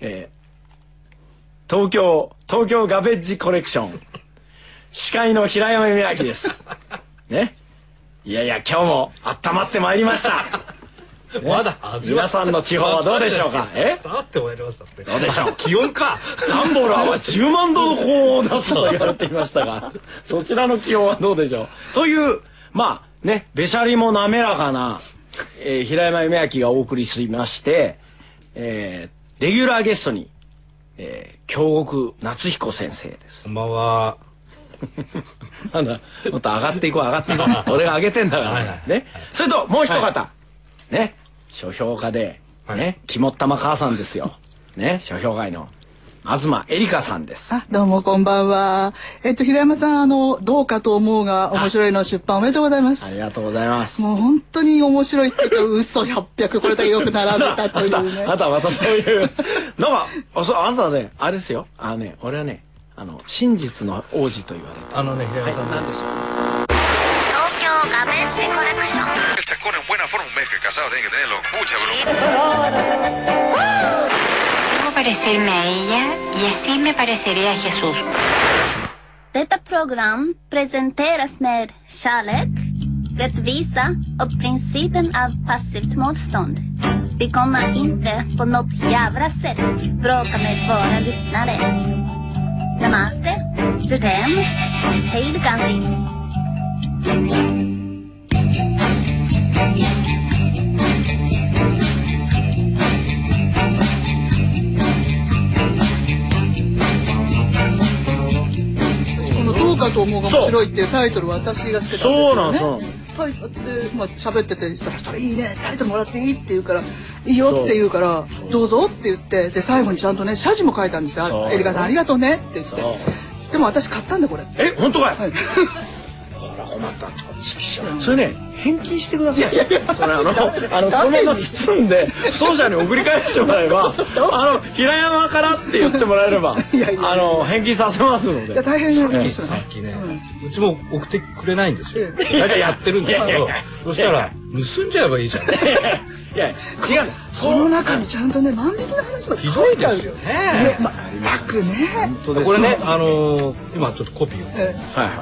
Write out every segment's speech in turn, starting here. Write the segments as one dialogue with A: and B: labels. A: えー東京、東京ガベッジコレクション、司会の平山み明です。ね。いやいや、今日も温まってまいりました。
B: まだ
A: 皆さんの地方はどうでしょうかえ
B: 伝わってまいりましたって
A: どうでしょう
B: 気温か
A: サンボラーは10万度の高温を出すと言われていましたが、そちらの気温はどうでしょうという、まあね、べしゃりも滑らかな、えー平山夢明がお送りしまして、えーレギュラーゲストに、えー京極夏彦先生です
B: こん。ばんは
A: なんだ、もっと上がっていこう、上がっていこう。俺が上げてんだから。
B: はいはい
A: ね。それと、もう一方。
B: は
A: ね。書評家で、
B: はい
A: ね。肝っ玉母さんですよ。ね。書評会の、東えりかさんです。
C: あ、どうもこんばんは。えっと、平山さん、あの、どうかと思うが面白いの出版おめでとうございま
A: あり
C: す。
A: がとうございます。
C: もう本当に面白いっていうか、嘘800、これだけよく並べたとい
A: あ
C: う
A: な
C: ね
A: た、あ。なたまたそういう。なんか、あ、そう、あなたね、あれですよ。あのね、俺はね、あの、真実の王子と言われて。
B: あのね平山さん、
A: はい、なんですか
D: 東京ガベッジコレクション
E: El chacón en buena forma, un mes que casado tiene que tenerlo. Mucha broma.
D: Debo parecerme a ella y así me pareceré a Jesús.
F: Detta program presenteras med kärlek, rättvisa och principen av passivt motstånd. Vi kommer inte på något jävla sätt bråka med våra lyssnare. Namaste, Judem, Hej då, Gandhi.
C: このどうかと思うが面白いっていうタイトル私がつけたんです
A: そうな
C: よ
A: んで
C: ね。
A: すよ。
C: はい、で、まあ、喋ってて、したら、それいいね、タイトルもらっていいって言うから、いいよって言うから
A: そう、
C: どうぞって言って、で、最後にちゃんとね、謝辞も書いたんです
A: そ
C: よ。
A: う
C: エリカさんありがとうねって言っ
A: そ
C: て
A: う。。
C: でも私買ったんだ、これ。
A: え、本当かい、
C: はい。
A: ほら困った。それね、返金してください。それあの、あの、
C: ダ
A: この
C: メ
A: まま包んで、奏者に送り返してもらえば、あの、平山からって言ってもらえれば、
C: いやいや
A: あの、返金させますの
C: い
A: で
C: や、。大変な
A: ええ
C: すよ
B: さ
C: ね
B: っ。きね、うちも送ってくれないんですよ
C: え
B: 大体やってるんですけ
A: いやい
B: ど
A: やいや
B: そしたら盗んじゃえばいいじゃん
A: いやいや、違う。
C: その中にちゃんとね、万引きの話まで
B: ひ
C: 書
B: ど
C: い
B: い
C: て
B: で
C: あ
B: す
C: る
B: よ
C: よ。
B: ね
C: ね、まったくね。
B: これね、あのー今ちょっとコピーを、
C: ええ
A: はいはい。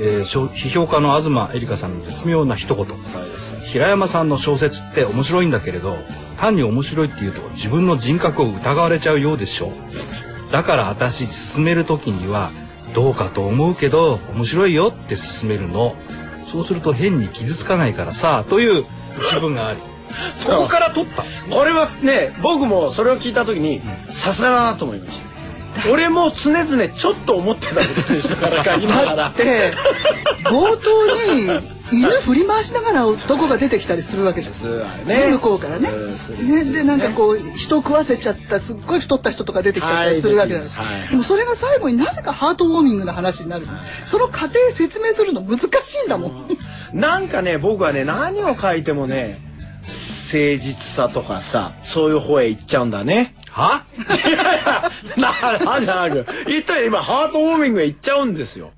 B: えーしょ批評家の東えりかさんの絶妙な一言
A: そうです。
B: 平山さんの小説って面白いんだけれど単に面白いっていうと自分の人格を疑われちゃうようでしょだから私進める時にはどうかと思うけど面白いよって進めるのそうすると変に傷つかないからさという一文がありそこから取ったんですね
A: これはね僕もそれを聞いた時にさすがだなと思いました俺も常々ちょっと思ってたことでしたからか今か
C: だ
A: ら
C: って、冒頭 に犬振り回しながら男が出てきたりするわけじゃん。ね、向こうからね。ね、で、なんかこう、人食わせちゃった、すっごい太った人とか出てきちゃったりするわけじゃないですか。
A: はいはい
C: でもそれが最後になぜかハートウォーミングな話になるじゃん。その過程説明するの難しいんだもん。
A: なんかね僕はね何を書いてもね誠実さとかさそういう方へ行っちゃうんだね
B: は い
A: やいやななんじゃなく一体今ハートウォーミングへ行っちゃうんですよ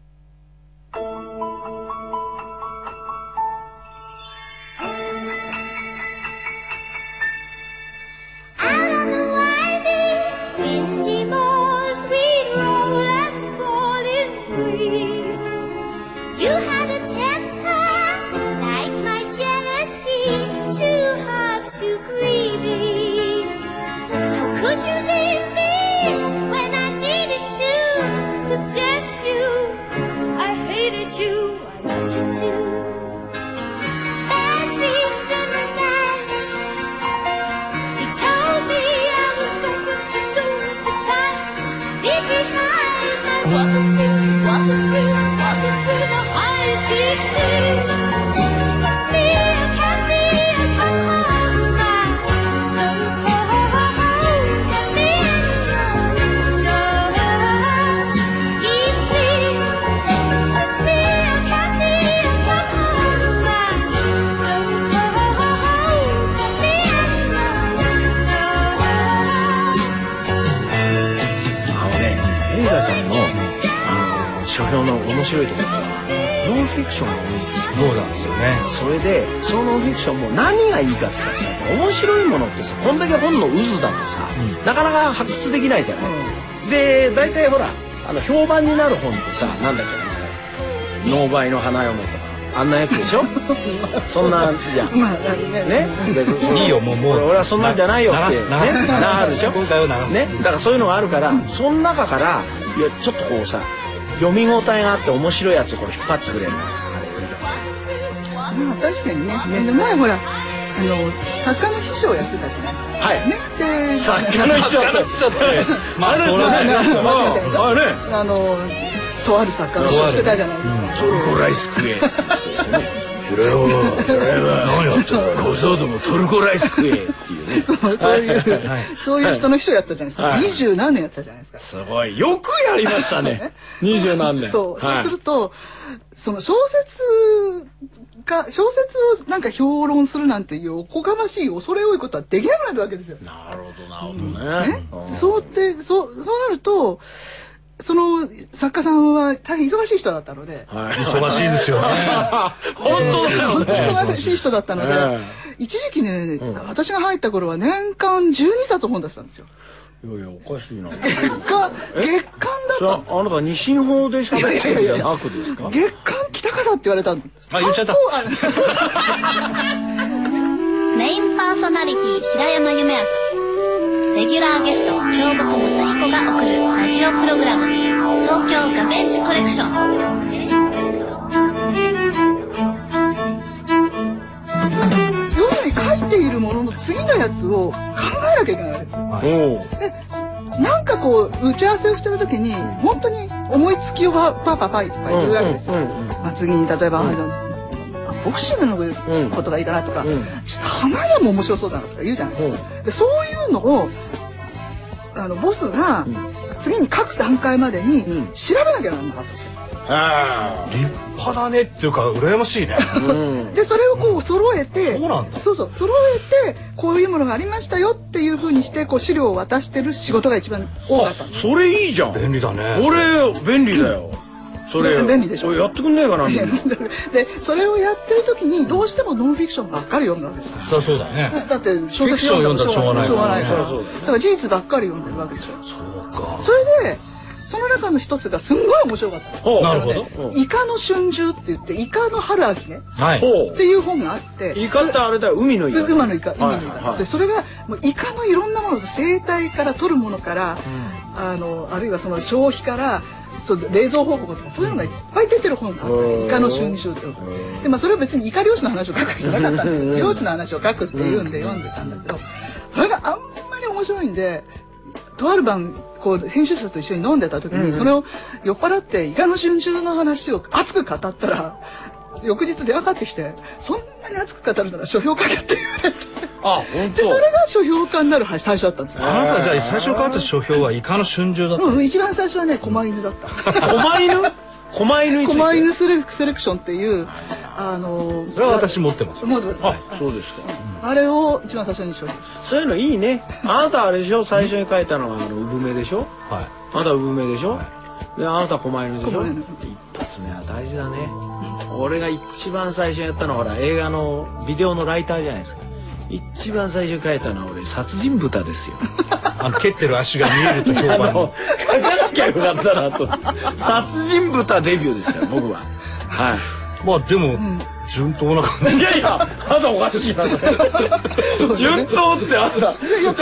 A: あのねエリカちゃんのあの書評の面白いところはノンフィクションが多
B: そうなんですよね
A: いそれでそのノンフィクションも何がいいかって言ったらさ面白いものってさこんだけ本の渦だとさ、
B: うん
A: なかなか発掘できないじゃない、で大体ほらあの評判になる本ってさなんだっけあの「ノーバイの花嫁」とかあんなやつで しょそんなんじゃん
C: まあね
A: ね、
B: いいよもうもう
A: 俺はそんなんじゃないよってね
B: ならすならす
A: なるでしょ
B: 今回はならす
A: ねだからそういうのがあるからその中からいやちょっとこうさ読み応えがあって面白いやつをこう引っ張ってくれるのあれ売り出さ
C: まあ確かにねねで前ほらあの作家の秘書をやってたじゃないですか
A: はい
C: ねで
A: 作家の秘書
B: 作家の秘書って
A: ま
B: ま
A: あ
B: あ
A: れです
B: そ
A: よ
B: うだ
A: ね
B: ね
C: 間違ってないでしょ
A: あれね
C: あのとある作家の秘書をしてたじゃないですか
A: トルコライス食えって言ってたよねそれは
B: 何やってんの
A: 小僧どもトルコライス食えっていうね
C: そうそうい、
B: はいう
C: そういう人の人やったじゃないです
A: は
C: か。
A: い
C: 二十何年やったじゃないですか。
A: すごいよくやりましたね 二十何年
C: そう、そうすると、その小説が、小説をなんか評論するなんていうおこがましい恐れ多いことはできなくなるわけですよ。
A: なるほどなる
C: ね
A: ほどね、
C: そうって、そう、そうなると、その作家さんは大変忙しい人だったので、
A: はい
B: 忙しいですよね
A: 本当だよ
C: 本当に
A: ね
C: 忙しい人だったので、
A: え
C: 一時期ね、
A: うん
C: 私が入った頃は年間12冊本出したんですよ。
A: いやいやおかしいな
C: 月間、月間だ
A: それはあなた二進法で喋ってるんじゃなくですか
C: 月刊北方って言われたんです。
B: あ言っちゃった
F: メインパーソナリティ平山夢明レギュラーゲスト京極睦彦が送るラジオプログラム「東京ガベージコレクション」
C: 要するに書いているものの次のやつを考えなきゃいけないわけですよ。
B: はい
A: おう
C: でなんかこう打ち合わせをしてる時に本当に思いつきをパパパパいっぱい言うわけですよ。
A: うんうんうん
C: まあ、次に例えば、
A: うん
C: あじゃあボクシングのことがいいかなとか、
A: うん
C: ちょっと花屋も面白そうだなとか言うじゃないですか。
A: うん
C: でそういうのをあのボスが
A: うん
C: 次に書く段階までに
A: うん
C: 調べなきゃならなかったんですよ。
A: あ
B: 立派だねっていうか羨ましいね
A: あうん
C: でそれをこう揃えて、
B: そうなんだ
C: そうそう揃えてこういうものがありましたよっていう風にしてこう資料を渡してる仕事が一番多かったんです。
A: それいいじゃん
B: 便利だね
A: 俺便利だよそれ
C: 便利でしょ
A: おいやってくんねえかな みんな
C: でそれをやってる時にどうしてもノンフィクションばっかり読むわけですよ。
B: そりゃそうだね
C: だって小説読んだらしょうがな
B: フィクション読んだら
C: い
B: しょうがない
C: しょうがないから。
A: そりゃそうだよ
C: だから事実ばっかり読んでるわけでしょ。
B: そうか
C: それでその中の一つがすんごい面白かった。
A: ほう
B: なるほど
A: ほう
C: イカの春秋って言ってイカの春秋ね
B: はい
A: ほ
C: っていう本があって。
A: うイカってあれだよ海のイカ
C: 馬のイカ、馬のイカ、
A: はいはい
C: でそれがもうイカのいろんなもの生態から取るものから、あのあるいはその消費からそう冷蔵方法とかそういうのがいっぱい出てる本があったんです
A: うん
C: イカの春秋っていうのがで、まあ、それは別にイカ漁師の話を書くわけじゃなかったんです
A: うん
C: けど漁師の話を書くっていうんで読んでたんだけどそれがあんまり面白いんでとある晩こう編集者と一緒に飲んでた時に、それを酔っ払ってイカの春秋の話を熱く語ったら翌日電話かかってきてそんなに熱く語るなら書評書けって言われて
A: あ本
C: で
A: 当
C: それが書評家になるはい最初だったんですよ
B: あなたはじゃあ最初からあった書評はイカの春秋だった
C: うん、一番最初はね、狛犬だった。
A: 狛犬狛犬について
C: 狛犬セレクセレクションっていう、あのー、
B: それは私持ってます
C: もうです
A: あ
C: ね。
A: そうですか
C: あれを一番最初に紹介し
A: そういうのいいねあなたあれでしょ最初に書いたのはあの産めでしょ
B: はい
A: あなた産めでしょ、であなた狛犬でしょ
C: 狛犬
A: 一発目は大事だね俺が一番最初にやったのはほら映画のビデオのライターじゃないですか一番最初に書いたのは俺殺人豚ですよ
B: あの蹴ってる足が見える と評
A: あ
B: 判の
A: の書かなきゃよかったなと殺人豚デビューですよ僕ははい
B: まあでも
C: ん
B: 順当な感じ
A: いやいや、あなたおかしいな。順当ってあなた。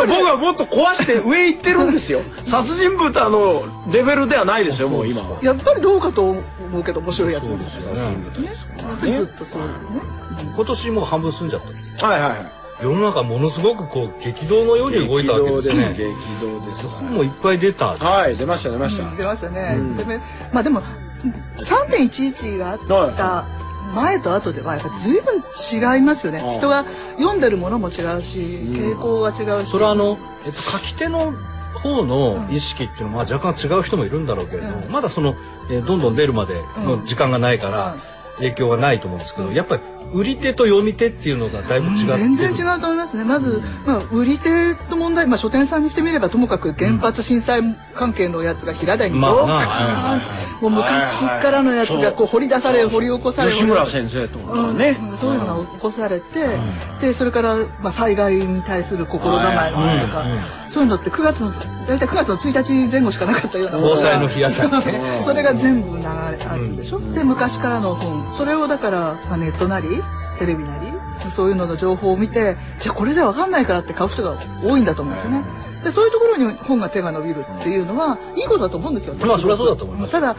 A: 僕はもっと壊して上行ってるんですよ。 殺人豚のレベルではないですよ、もう今は
C: た。。やっぱりどうかと思うけど面白いやつなんですよ。
B: うん
C: ね、やっぱりずっとそうだよね。
B: 今年もう半分済んじゃった
A: はいはいはい。
B: 世の中ものすごくこう激動のように動いたわけですね
A: 激動です。
B: 本もいっぱい出た
A: はい、出ました出ました
C: うん。出ましたね。
A: うん
C: でねまあでも、3.11があった前と後では、やっぱり随分違いますよね
A: ああ。
C: 人が読んでるものも違うし、
A: ん
C: 傾向が違うし。
B: それはあの、えっと、書き手の方の意識っていうのは若干違う人もいるんだろうけれども、
C: うん
B: まだその、えーどんどん出るまでの時間がないから、影響はないと思うんですけどやっぱり売り手と読み手っていうのがだいぶ違って
C: 全然違うと思いますねまず、まあ、売り手の問題、まあ、書店さんにしてみればともかく原発震災関係のやつが平台に
B: まあ
C: ドカーン、
B: まあ
C: もう昔からのやつがこう掘り出され掘り起こされ
A: 吉村先生とかね、
C: うんそういうのが起こされて、でそれから、まあ、災害に対する心構えのとか、
B: はいはい
C: そういうのって9月の大体9月の1日前後しかなかったような
B: 防災の日野菜ね
C: それが全部流れあるんでしょ、で昔からの本それをだから、まあ、ネットなりテレビなりそういうのの情報を見てじゃあこれじゃ分かんないからって買う人が多いんだと思うんですよね。でそういうところに本が手が伸びるっていうのはいいことだと思うんですよ。
B: まあそれはそうだと思います
C: ただ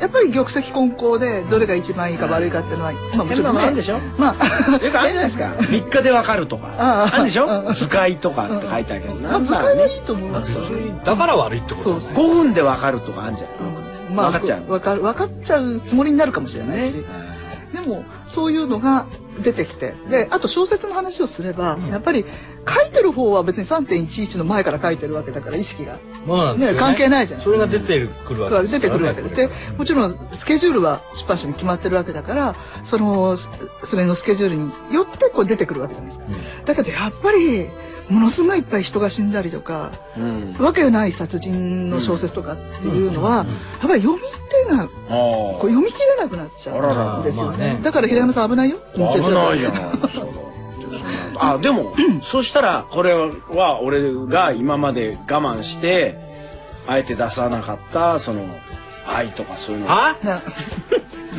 C: やっぱり玉石混交でどれが一番いいか悪いかっていうのは、まあもち
A: 変な
C: ろ
A: んの
C: ね。
A: あるでしょ
C: まあ、
A: よくあるじゃないです か。3日でわかるとか。
C: あ
A: あ
C: あ
A: るでし
C: うんう
A: ょ
C: ん
A: 図解とかって書いてあるけど
C: まあ、図解はいいと思いますよ。
B: だから悪いってこと
C: そう
B: です
C: そ
B: ね
C: う。
A: 5分でわかるとかあるじゃん。
C: うん
A: 分かっちゃう
C: 分かる分かっちゃうつもりになるかもしれないし、
A: ね
C: でもそういうのが出てきてであと小説の話をすれば、やっぱり書いてる方は別に3.11の前から書いてるわけだから意識が
B: ものなんですよ
C: ね関係ないじゃない
B: それが出てくるわけですからね
C: 出てくるわけですでもちろんスケジュールは出版社に決まってるわけだからそのすそれのスケジュールによってこう出てくるわけじゃないですか、だけどやっぱりものすごいいっぱい人が死んだりとか
A: うん。
C: わけのない殺人の小説とかっていうのは、やっぱり読み手が
A: ああ
C: こう読み切れなくなっちゃ
A: あらら
C: うんですよね,、
B: まあね
C: だから平山さん危ないよ
A: 危ないじゃ
C: ん
A: ないあでもそしたらこれは俺が今まで我慢してあえて出さなかったその愛とかそういうの
B: あ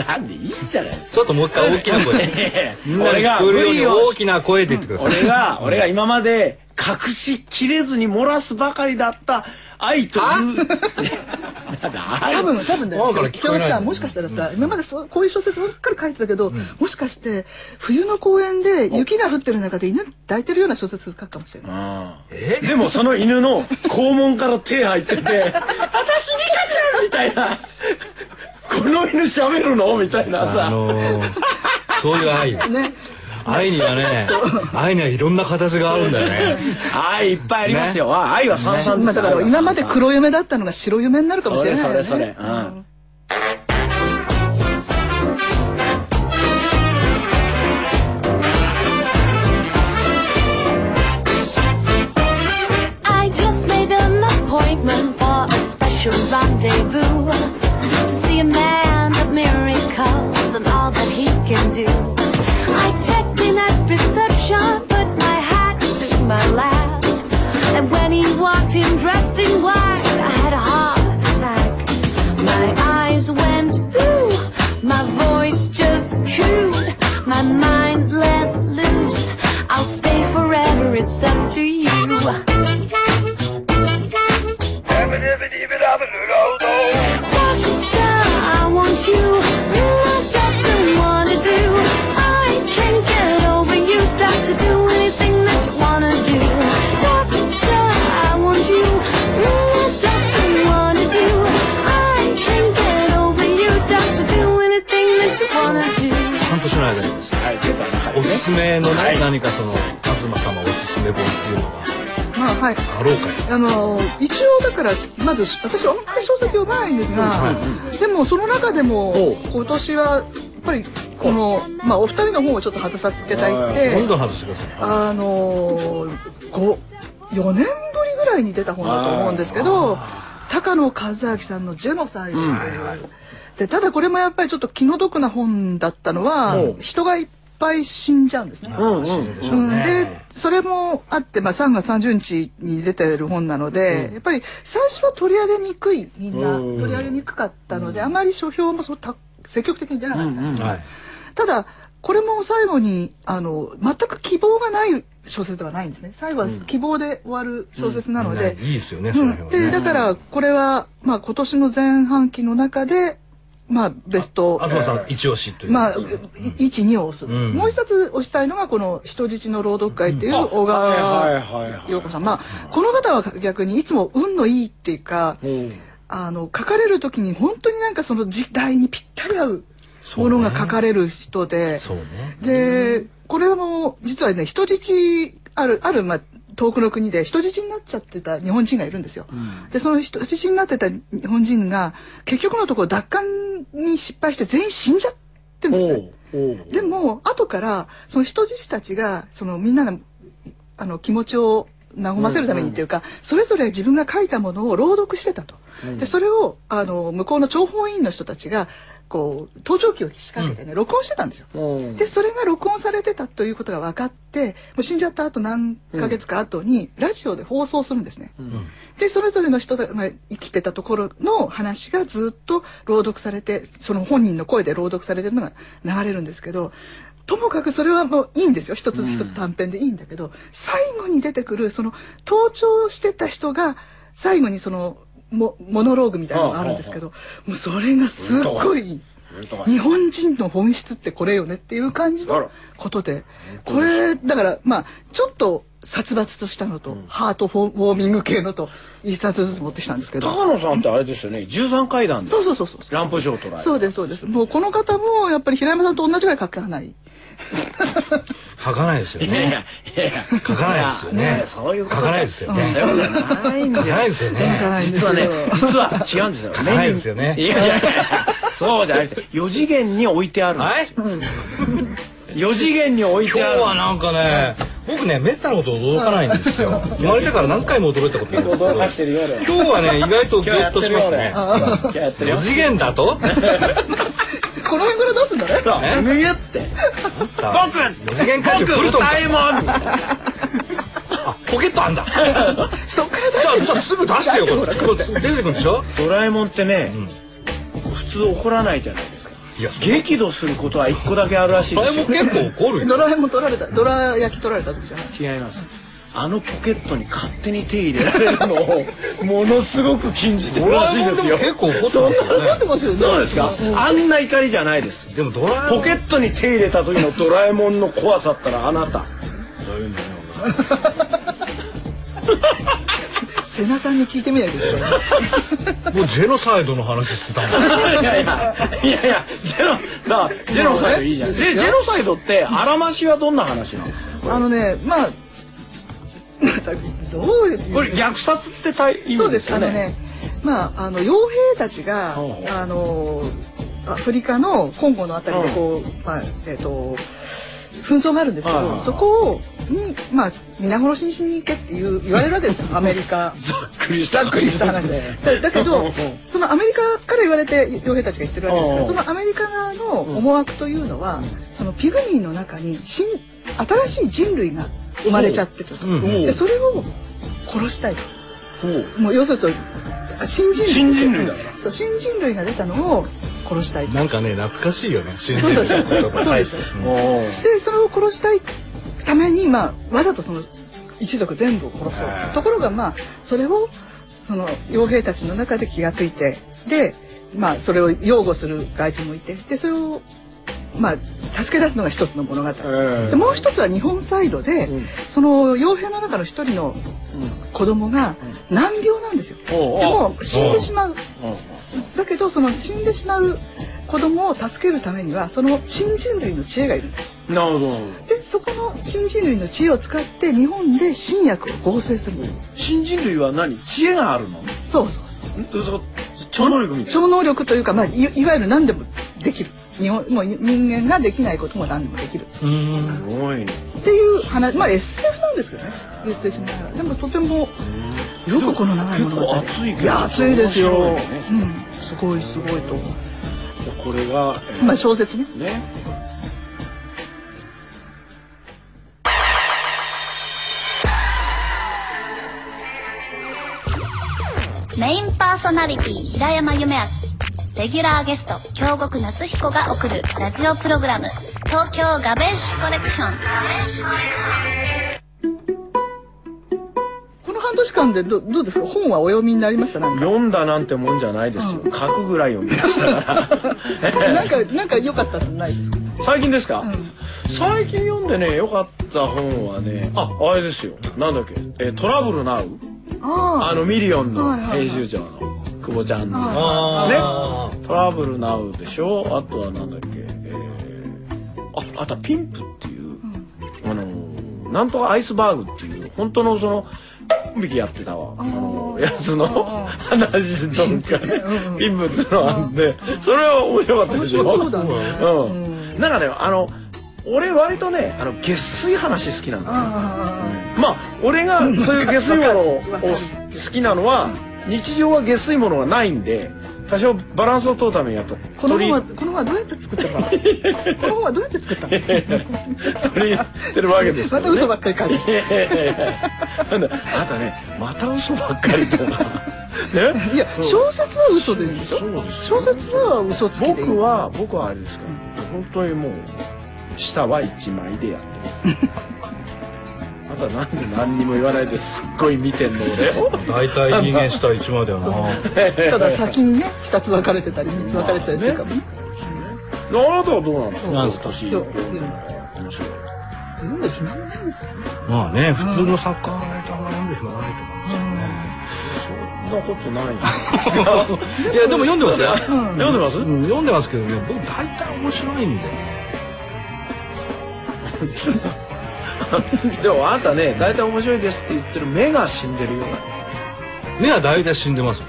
A: なんでいいじゃないですか
B: ちょっともう一回大きな声でみんな
A: 俺
B: に
A: が
B: 聞こえるように大きな声で言ってください
A: 俺が俺が今まで隠しきれずに漏らすばかりだった愛と いう
C: 多分多分ね
B: だから聞こえない
C: さんもしかしたらさ、今までそうこういう小説ばっかり書いてたけど、もしかして冬の公園で雪が降ってる中で犬抱いてるような小説書くかもしれない。
B: え
A: でもその犬の肛門から手入ってて「私リカちゃん!」みたいな「この犬喋るの?」みたいなさ、
B: あのーそういう愛
C: ね、
B: 愛にはね愛にはいろんな形があるんだよね
A: 愛いっぱいありますよ、あ愛は三々
C: まあ
A: ですか
C: だからら今まで黒夢だったのが白夢になるかもしれないよね。
A: それそれそれうん
G: I just made an appointment for a special rendezvous to see a man of miracles and all that he can do. I checked in at reception, put my hat to my lap, and when he walked in dressed in white, I had a heart attack. My eyes went ooh, my voice just cooed, my mind let loose. I'll stay forever, it's up to you. Doctor, I want you. Real doctor, wanna do. I can get over you, doctor. Do anything that you wanna do. Doctor, I want you. Real doctor, wanna do. I can get over you, doctor. Do anything that you wanna do.
B: 半年の間にですね
A: はい出た中で
B: お
A: す
B: すめのね、
A: はい
B: 何かその東様おすすめ本っていうのが
C: まあはい。
B: あろうかよ
C: あの一応だからまず私はあんまり小説読まないんですが、でもその中で
A: おう
C: も今年はやっぱりこのまあお二人の本をちょっと外させていただいて、
B: どんどん外してください
C: あの5、4年ぶりぐらいに出た本だと思うんですけど、高野和明さんのジェノサイドという。で、ただこれもやっぱりちょっと気の毒な本だったのは
A: おう、
C: 人がいっぱい死んじゃうんですね。
A: うんうん
B: でしょ
C: う、
B: うんね
C: でそれもあって、まあ、3月30日に出てる本なので、やっぱり最初は取り上げにくいみんな
A: うん
C: 取り上げにくかったので、あまり書評もそうた積極的に出なかったんですね、
B: はい
C: ただこれも最後にあの全く希望がない小説ではないんですね最後は希望で終わる小説なので、
B: いいですよね、
C: う
B: そ
C: ん
B: の辺は
C: で
B: ね
C: だからこれは、まあ、今年の前半期の中で、まあ、ベスト
B: 東さん一押しという
C: まあ、
B: か
C: 1、2を押す。
B: うん
C: もう一冊押したいのが、この人質の朗読会っていう小
A: はいはい
C: 川
A: はいはい
C: 陽子さん。まあ、この方は逆にいつも運のいいっていうか、
A: うん
C: あの、書かれる時に本当になんかその時代にぴったり合うものが書かれる人で、
B: そうね
C: で、これも実はね、人質、ある、ある、まあ、遠くの国で人質になっちゃってた日本人がいるんですよ。で、その人質になってた日本人が、結局のところ奪還に失敗して全員死んじゃっってるんですよ。
A: おうおう
C: でも後からその人質たちがそのみんなのあの気持ちを和ませるためにっていうか、それぞれ自分が書いたものを朗読してたと、
A: うん
C: でそれをあの向こうの諜報委員の人たちがこう盗聴器を仕掛けてね、録音してたんですよ。
A: うん
C: でそれが録音されてたということが分かってもう死んじゃった後何ヶ月か後にラジオで放送するんですね。
A: う
B: うんん
C: でそれぞれの人がまあ生きてたところの話がずっと朗読されてその本人の声で朗読されてるのが流れるんですけどともかくそれはもういいんですよ一つ一つ短編でいいんだけど、最後に出てくるその盗聴してた人が最後にそのモモノローグみたいなのがあるんですけど、もうそれがすっごいいい日本人の本質ってこれよねっていう感じ
A: あ
C: の
A: ら
C: ことでこれだからまあちょっと殺伐としたのと、ハートフォーウォーミング系のと一冊ずつ持ってきたんですけど
A: 高野さんってあれですよね13階段で
C: そうそうそうそう
A: ランプ賞取られた
C: そうですそうですもうこの方もやっぱり平山さんと同じぐらい書かない
B: 書かないですよ
A: いやいや
B: ね。
A: いやいや
B: 書かないですよね
A: いやそういうこと
B: 書かないですよ
C: ね
A: いやそうじゃないんです
B: 書かないですよね
C: 書かないんです
A: 実
C: よ
A: はね実は違うんですよ
B: 書かないですよね
A: いやいやいやそうじゃなくて4次元に置いてあるん
B: は
A: で
B: い
A: すよ4次元に置い
B: 今日
A: てある
B: はなんかね、僕ね、めったなこと驚かないんですよ。生まれてから何回も驚いたことないんですけど
A: 驚かしてるよ俺
B: 今日はね、意外とギ
A: 今日や
B: ョッ
A: って
B: と
A: る
B: し
A: よ
B: ます
A: 俺
B: ね。
A: 今日やってる
B: 4
A: よ
B: 次元 だと
C: この辺から出すんだね
A: そう
B: ね
A: 脱ぎ合って
B: さあ四次元歌手
A: 僕
B: ブルトン
A: 歌えもん
B: あポケットあんだじゃ
C: そっから出
B: あ
C: して
B: じゃあすぐ出してよこれこれ出てくるんでしょ
A: ドラえもんってね
B: うん
A: 普通怒らないじゃないですか
B: いや
A: 激怒することは1個だけあるらしい
B: そ
A: で
B: れ
A: す
B: も
A: よ
B: 結構怒る
C: ド
B: よ
C: ラえもん取られたドラ焼き取られた時じゃな
A: 違
C: い
A: いますあのポケットに勝手に手入れられるのをものすごく禁じてるらしいですよ
B: ドラえもんでも結構怒ってますよね
A: そんな怒ってますよねどうですかあんな怒りじゃないです
B: でもドラえも
A: ポ
B: ん
A: ケットに手入れた時のドラえもんの怖さったらあなた
C: 瀬名さんに聞いてみないといけない
B: もうジェノサイドの話してたもん
A: いやいやいやいやジェノだジェノサイドいいじゃんジェジェノサイドってあらましはどんな話なの
C: あのねまあどうです
A: これ虐殺って大意
C: そう
A: 味
C: で
A: です
C: す
A: よ
C: あの
A: ね
C: ねまああの傭兵たちが
A: ほうほう
C: あのアフリカのコンゴのあたりでこう、まあえっ、と紛争があるんですけど、
A: はいはいはい
C: そこをにまあ皆殺しにしに行けっていう言われるわけですよアメリカ。
A: ざっくりした
C: ざっくりした話 だだけどそのアメリカから言われて傭兵たちが言ってるわけですか
A: ほ
C: ら
A: う
C: そ
A: ほう
C: のアメリカ側の思惑というのは、そのピグミーの中に新新しい人類が生まれちゃってたと、
B: うん
A: うん
C: でそれを殺したいと。もう要するに新人類
A: 新人類だ
C: そう新人類が出たのを殺したい
B: なんかね懐かしいよね新
C: そうでしょ
B: 人類の
C: そうでしょ
B: うん
A: もう
C: でそれを殺したいために、まあ、わざとその一族全部を殺そう
A: はい
C: ところがまあそれをその傭兵たちの中で気がついてでまあそれを擁護する外人もいてでそれをまあ助け出すのが一つの物語、
A: ええ
C: でもう一つは日本サイドで、
A: うん
C: その傭兵の中の一人の子供が難病なんですよ、
A: おう
C: でも死んでしまう
A: うん
C: だけどその死んでしまう子供を助けるためにはその新人類の知恵がいるんです
A: なるほど
C: でそこの新人類の知恵を使って日本で新薬を合成するんです
A: 新人類は何知恵があるの
C: そうそうそう
A: そ超能力みたいな
C: 超能力というか、まあ、いいわゆる何でもできる日本もう人間ができないことも何でもできる
B: うん
A: すごいね
C: っていう話まあ SF なんですけどね言ってしまえばでもとてもよくこの長い物語
A: でも結構熱いけど
C: いや熱いですよ、
A: 面白いね
C: うんすごいすごいと思う
A: これが
C: まあ小説ね
A: ね
F: メインパーソナリティ平山夢明レギュラーゲスト京極夏彦が送るラジオプログラム「東京ガベージコレクション」
C: この半年間でどどうですか本はお読みになりましたなんか
A: 読んだなんてもんじゃないですよ、書くぐらい読みましたから
C: なんか、なんか良かったのない。う
A: 最近ですか、
C: ん。
A: 最近読んでね良かった本はねああれですよなんだっけ、えートラブルナウ」あ
C: あ
A: のミリオンの
C: はいはいはい
A: 編集長の久保ちゃんの、
C: はい
B: あー
A: ねトラブルナウでしょあとはなんだっけ、えーああとはピンプっていう、あのーなんとかアイスバーグっていう本当のそのコンビキやってたわあ
C: あー
A: のやつの
C: あ
A: 話とか
C: うんうん
A: ピンプっつうのがあってそれは面白かったでしょ
C: 面白そうだね
A: うん
C: う
A: なんかねあの俺割とねあの下水話好きなんだよ
C: あ
A: まあ俺がそういう下水物を好きなのは日常は下水物がないんで多少バランスを取るためにやっぱ
C: ーこの本
A: 取り
C: はこの本はどうやって作っ たのこの本はどうやって作ったの
A: 取り入れてるわけですよ、ね、
C: また嘘ばっかり書いて
A: いやいやいやなんだあとねまた嘘ばっかりとかね
C: いや小説は嘘でいいんでしょ
A: そうですよ
C: 小説は嘘つきでいい
A: 僕は僕はあれですから本当にもう舌は一枚でやってますあとはなんで何にも言わないですっごい見てんの俺を
B: 大体人間した一枚だ よな
C: ただ先にね2つ分かれてたり3つ分かれてたりするかもね
A: あなたはどうなんですか
B: なんですか
A: 年
C: いやいや
A: 面白い
C: なんで暇ないんですかね
B: まあね普通の作家のライターが読んでしまわないと思うんですよ
A: そんなこと ない
B: いやでも読んでますよ、
A: 読んでます
B: うん読んでますけどね僕大体面白いんでね
A: でもあんたね大体面白いですって言ってる目が死んでるよ
B: 目は大体死んでます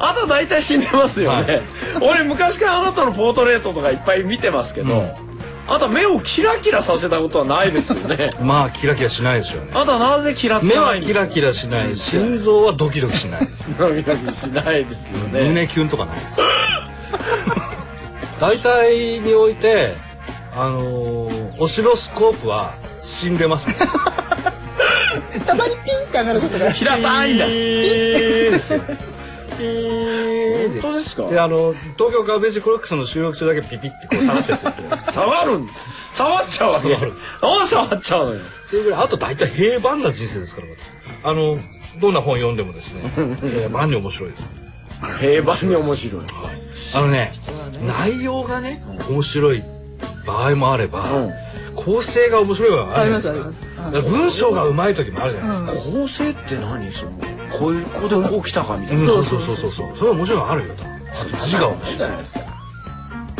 A: あなた大体死んでますよね、俺昔からあなたのポートレートとかいっぱい見てますけど、
B: うん
A: あなた目をキラキラさせたことはないですよ ね
B: まあキラキラしないですよね
A: あなたなぜキラつ
B: 目
A: かな
B: はい
A: ん
B: キ
A: ですか
B: ラキラしない心臓はドキドキしないです
A: 目はキラキラしないですよ ね
B: 胸キュンとかない大体においてあのー、オシロスコープは死んでますね
C: たまにピンって上がることが
A: 平たいんだ
B: ですよ
A: 本当ですか
B: であの東京ガベージコレクションの収録中だけピピってこう下がってるんですよ
A: 触るん触っちゃうわけ
B: 触る
A: なんで触っちゃうのよ
B: それぐらいあと大体平凡な人生ですから私あのどんな本読んでもですね平凡に面白いです
A: 平凡に面白い
B: あのね内容がね面白い場合もあれば、
A: うん
B: 構成が面白い場合もあるじゃないですか
C: ありますあ
B: だ
C: りますうん
B: から文章がうまい時もあるじゃないですか、
A: 構成って何そのこういうここでこう来たかみたい
B: うん
A: な
B: そうそうそうそうそうそれは面白いのあるよと字が面白い
A: ないですか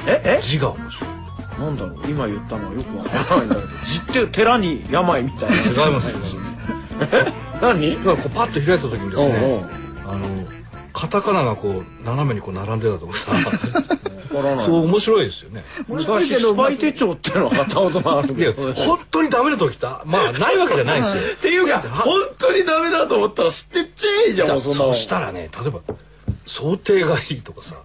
A: ええ
B: 字が面白い
A: なんだろう今言ったのはよくわからないんだけど字って寺に病みたいな
B: 違いますよ
A: え何
B: だからこうパッと開いた時にですね
A: おうおう
B: あのカタカナがこう斜めにこう並んでたとかさ
A: からない
B: そう面白いですよね
C: 面白い
A: 昔
C: け
A: ス
C: ど
A: パイ手帳っていうのが買ったことがある
B: い
A: け
B: や
A: ど
B: 本当にダメな時ってまあないわけじゃないですよ
A: っていうか本当にダメだと思ったら捨てちゃえじゃんもうそ
B: そ
A: んなもん
B: したらね例えば想定がいいとかさ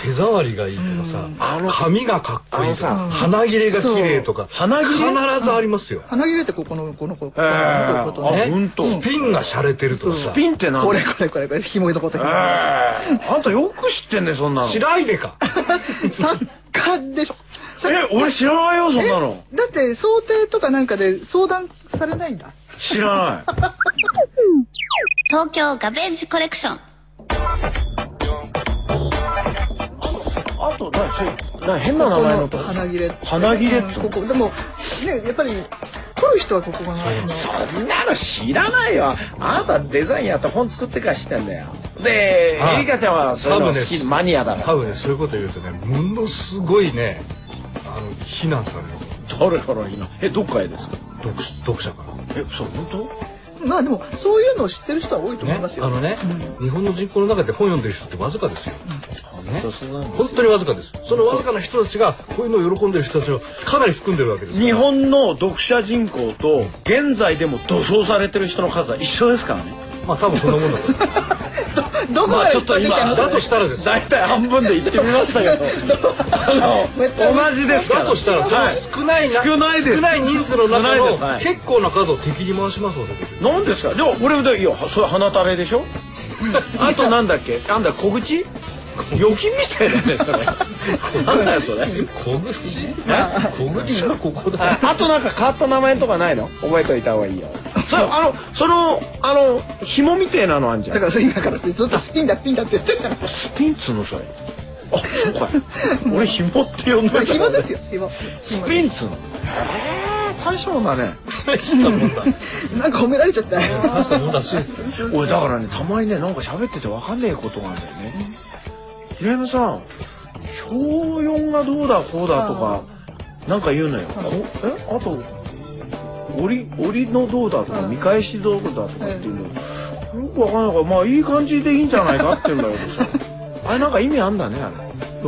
B: 手触りがいいとかさ、
A: あの
B: 髪がかっこいいと
A: あ
B: か
A: のさ
B: 鼻切れが綺麗とか
A: そう鼻切れ
B: 必ずありますよ、
C: 鼻切れってここのこのこの
A: え
C: こ
A: ー
C: のことね
A: あほんと
B: スピンが洒落てるとかさ
A: ピンってなんだ
C: これこれこれこれひもいのこと
A: えーあんたよく知ってんねそんなの
B: 白いでか
C: 作家でしょ作
A: え俺知らないよそんなの
C: だって想定とかなんかで相談されないんだ
A: 知ら ない
F: 東京ガベージコレクション
A: あと何そう何変な名前の
C: こ
A: と
C: こ鼻切れ
A: 鼻切れっつうの
C: ここでもねやっぱり来る人はここが
A: そんなの知らないよあなたデザインやって本作ってから知ってんだよで
B: ああ
A: エリカちゃんはそういうの好
B: 多分
A: き
B: ね
A: マニアだか
B: 多分ねそういうこと言うとねものすごいねあの非難される
A: らどれからいいのえどっからですか
B: 読読者から
A: えそう本
C: まあでもそういうのを知ってる人は多いと思い
B: ね
C: ますよ
B: あのね、日本の人口の中で本読んでる人ってわずかですよ、
A: 当
B: ね
A: そうなんだ
B: 本当にわずかですそのわずかな人たちがこういうのを喜んでる人たちをかなり含んでるわけですから
A: 日本の読者人口と現在でも土葬されてる人の数は一緒ですからね
B: まあ多分そんなもんだと思う
C: どどこ
A: まあ
C: が
A: ち
C: い
A: ょ
C: っ
A: っ
C: ぱ
A: と
C: いで
A: 今
C: きたの
B: だとしたらですよ
A: 大体半分で言ってみましたけどあの同じですから
B: だとしたらその少ないな
A: はい少ないです
B: 少ない人数の
A: 少な
B: 中
A: い
B: の
A: ですはい
B: 結構な数を敵に回しますので
A: 何ですかでも俺でいやそれ鼻垂れでしょあとなんだっけなんだ小口預金みたいなんですかね なんだよそれ
B: 小 口小口はここ
A: ああとなんか変わった名前とかないの覚えといた方がいいよそれあのそのあの紐みたいなのあんじゃん
C: だからそれ今からずっとスピンだスピンだって言ってるじゃない
A: スピンっつうのそれあそうかい俺紐って呼んでた
C: 紐ですよ紐
A: スピンっつうのへえ大したもんだね
B: 大したもんだ
C: なんか褒められちゃった
B: 大したもんだしいですよ
A: 俺だからねたまにねなんか喋ってて分かんねえことがあるんだよね平山さん表4がどうだこうだとかなんか言うのよこえあと折り折りのどうだとか見返しどうだとかっていうのよ く分かんないからまあいい感じでいいんじゃないかって言うんだけどさあれなんか意味あんだねあ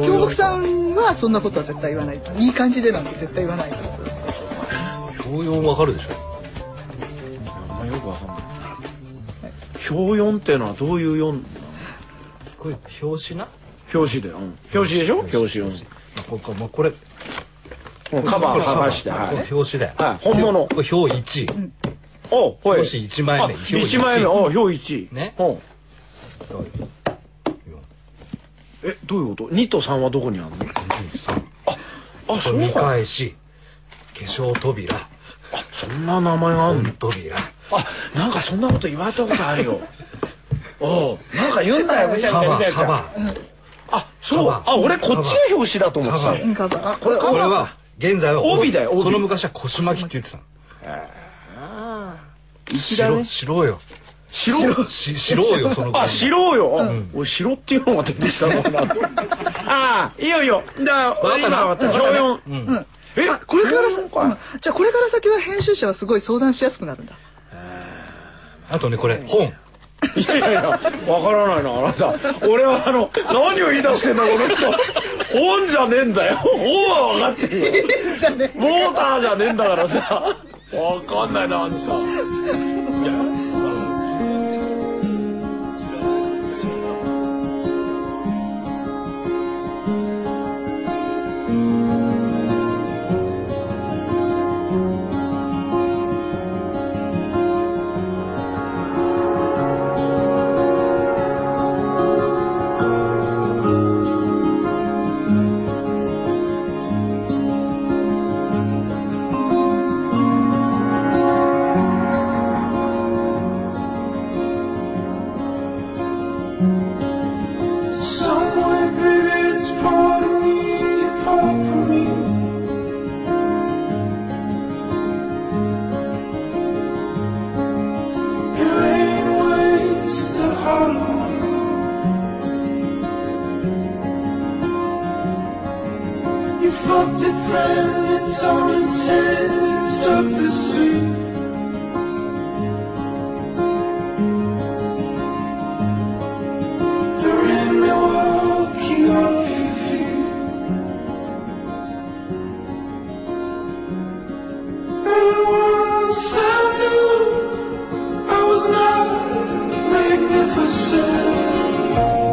A: れ
C: 京極さんはそんなことは絶対言わないいい感じでなんて絶対言わないから
B: 教養わかるでしょ
A: あんまよくわかんない。表四っていうのはどういう四
B: これ表紙な
A: 表紙で、うん。表紙でしょ表紙四。
B: あこれこれもうこれ
A: うんカバーかばして、
B: これ
A: はい。
B: 表紙だよ
A: はい本物
B: これ表1
A: お、ほい。
B: 表紙一枚目
A: あ
B: 表一
A: 一枚目、お、表一。
B: ね
A: うん。え、どういうこと二と三はどこにあるのあ、
B: こ
A: そう
B: れ見
A: か。
B: 返し化粧扉
A: あ、そんな名前があるの
B: 本扉
A: あ、なんかそんなこと言われたことあるよ。おうなんか言うんだよ、みたいな
B: カ
A: み
B: バ
A: たい
B: ー
A: な
B: カバー
A: あ、そう。
B: カバー
A: あ、俺こっちが表紙だと思ってた
B: カバー
A: よ。
C: うんカバー
A: あ、これ、
B: これは現在は
A: 帯だよ帯
B: その昔は腰巻きって言ってたの白白よ
A: 白
B: し白よその
A: あ、
B: 昔
A: 白よ。
B: ん
A: 俺、白っていうのが出てきたのか な。ああ、いいよいいよ。だから、
B: わかったな
A: 今分かった。表四。
B: うん
C: うん
A: え
C: あこれからさ
A: そうか
C: うんじゃあこれから先は編集者はすごい相談しやすくなるんだ
B: あとねこれ本
A: いやいやいや、わからないな、あなた。俺はあの、何を言い出してんだ、この 人。本じゃねえんだよ。本は分かってるよ。
C: じゃあね
A: モーターじゃねえんだからさ。わかんないな、あんた。いや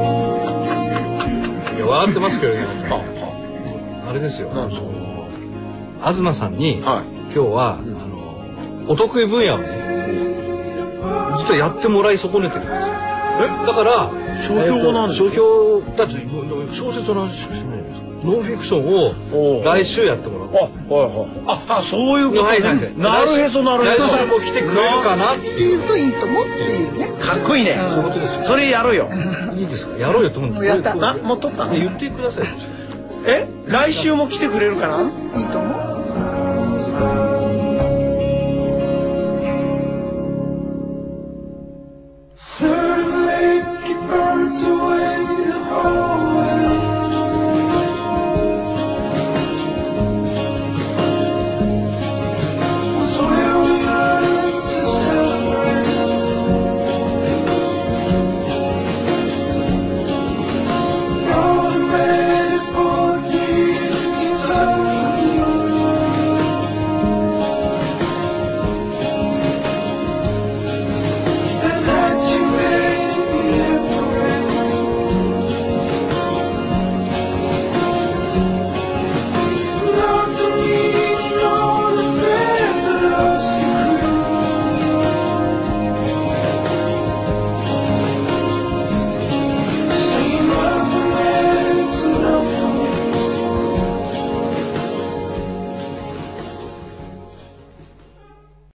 B: いや笑ってますけどね本当にあれですよ。あの東さんに、
A: はい
B: 今日は、あのお得意分野をね、実はやってもらい損ねてるんですよ。だから
A: 書評なんですよ
B: えっと書評だってもう小説の話しかしてないんですよ。ノンフィクション
A: お
B: を
A: う
B: 来週やってもら
A: あ、
B: う。
A: はいはい。あ、あそういうこと
B: はいはい
A: ね。なるへそ、なるへ
B: 来
A: そ。
B: 週も来てくれるかなって
C: って
B: い
C: いううといいと思っていうね
A: かっこいいね。
C: うん
B: そういうことですよ。
A: それやろうよ。
B: いいですか。やろうよと思っ
C: も
B: て。
C: うやった
A: な、もう撮ったの
B: 言ってくださいよ。
A: え来週も来てくれるかな
C: うんいいと思う
A: あ